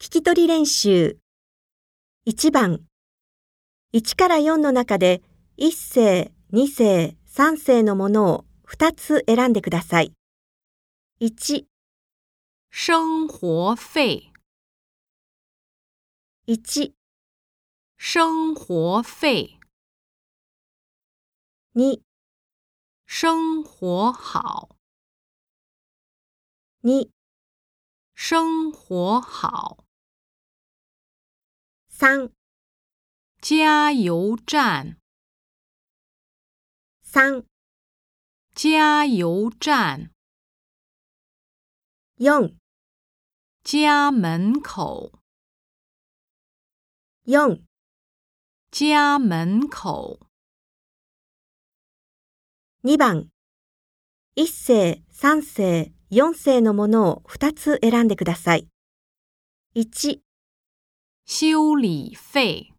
聞き取り練習。1番。1から4の中で、1世、2世、3世のものを2つ選んでください。1、生活费， 1、生活费， 2、生活好， 2、生活好， 3、加油站， 3、加油站， 4、家门口， 4、家门口， 2番。1世、3世、4世のものを2つ選んでください。1、修理费，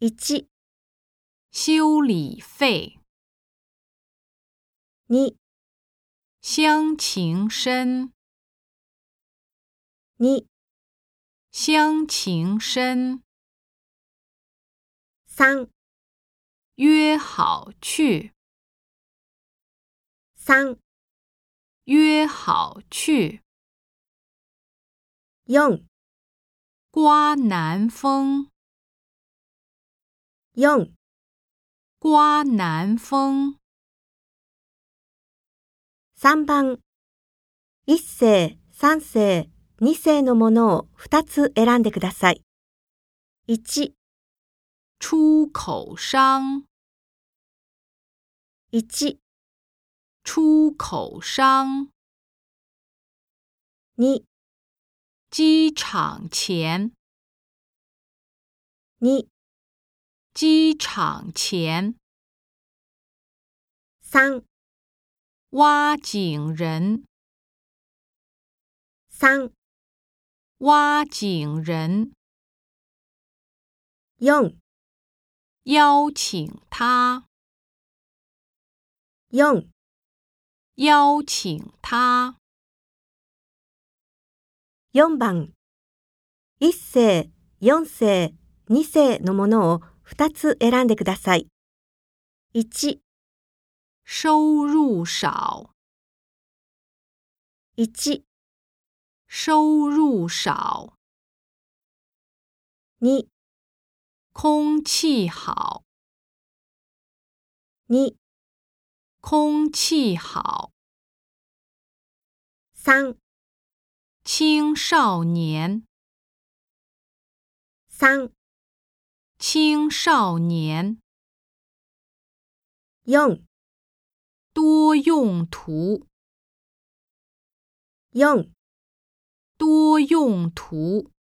1、修理费， 2、乡情深， 2、乡情深， 3、约好去， 3、约好去。 4、刮南风， 4、刮南风， 3番。1世、3世、2世のものを2つ選んでください。1、出口商， 1、出口商， 2、机场前， 2、机场前， 3、挖井人， 3、挖井人， 4、邀请他， 4、邀请他， 4番。1世、4世、2世のものを2つ選んでください。1、收入少， 1、收入少， 2、空气好， 2、空气好。 3、青少年， 3、青少年， 4、多用途， 4、多用途。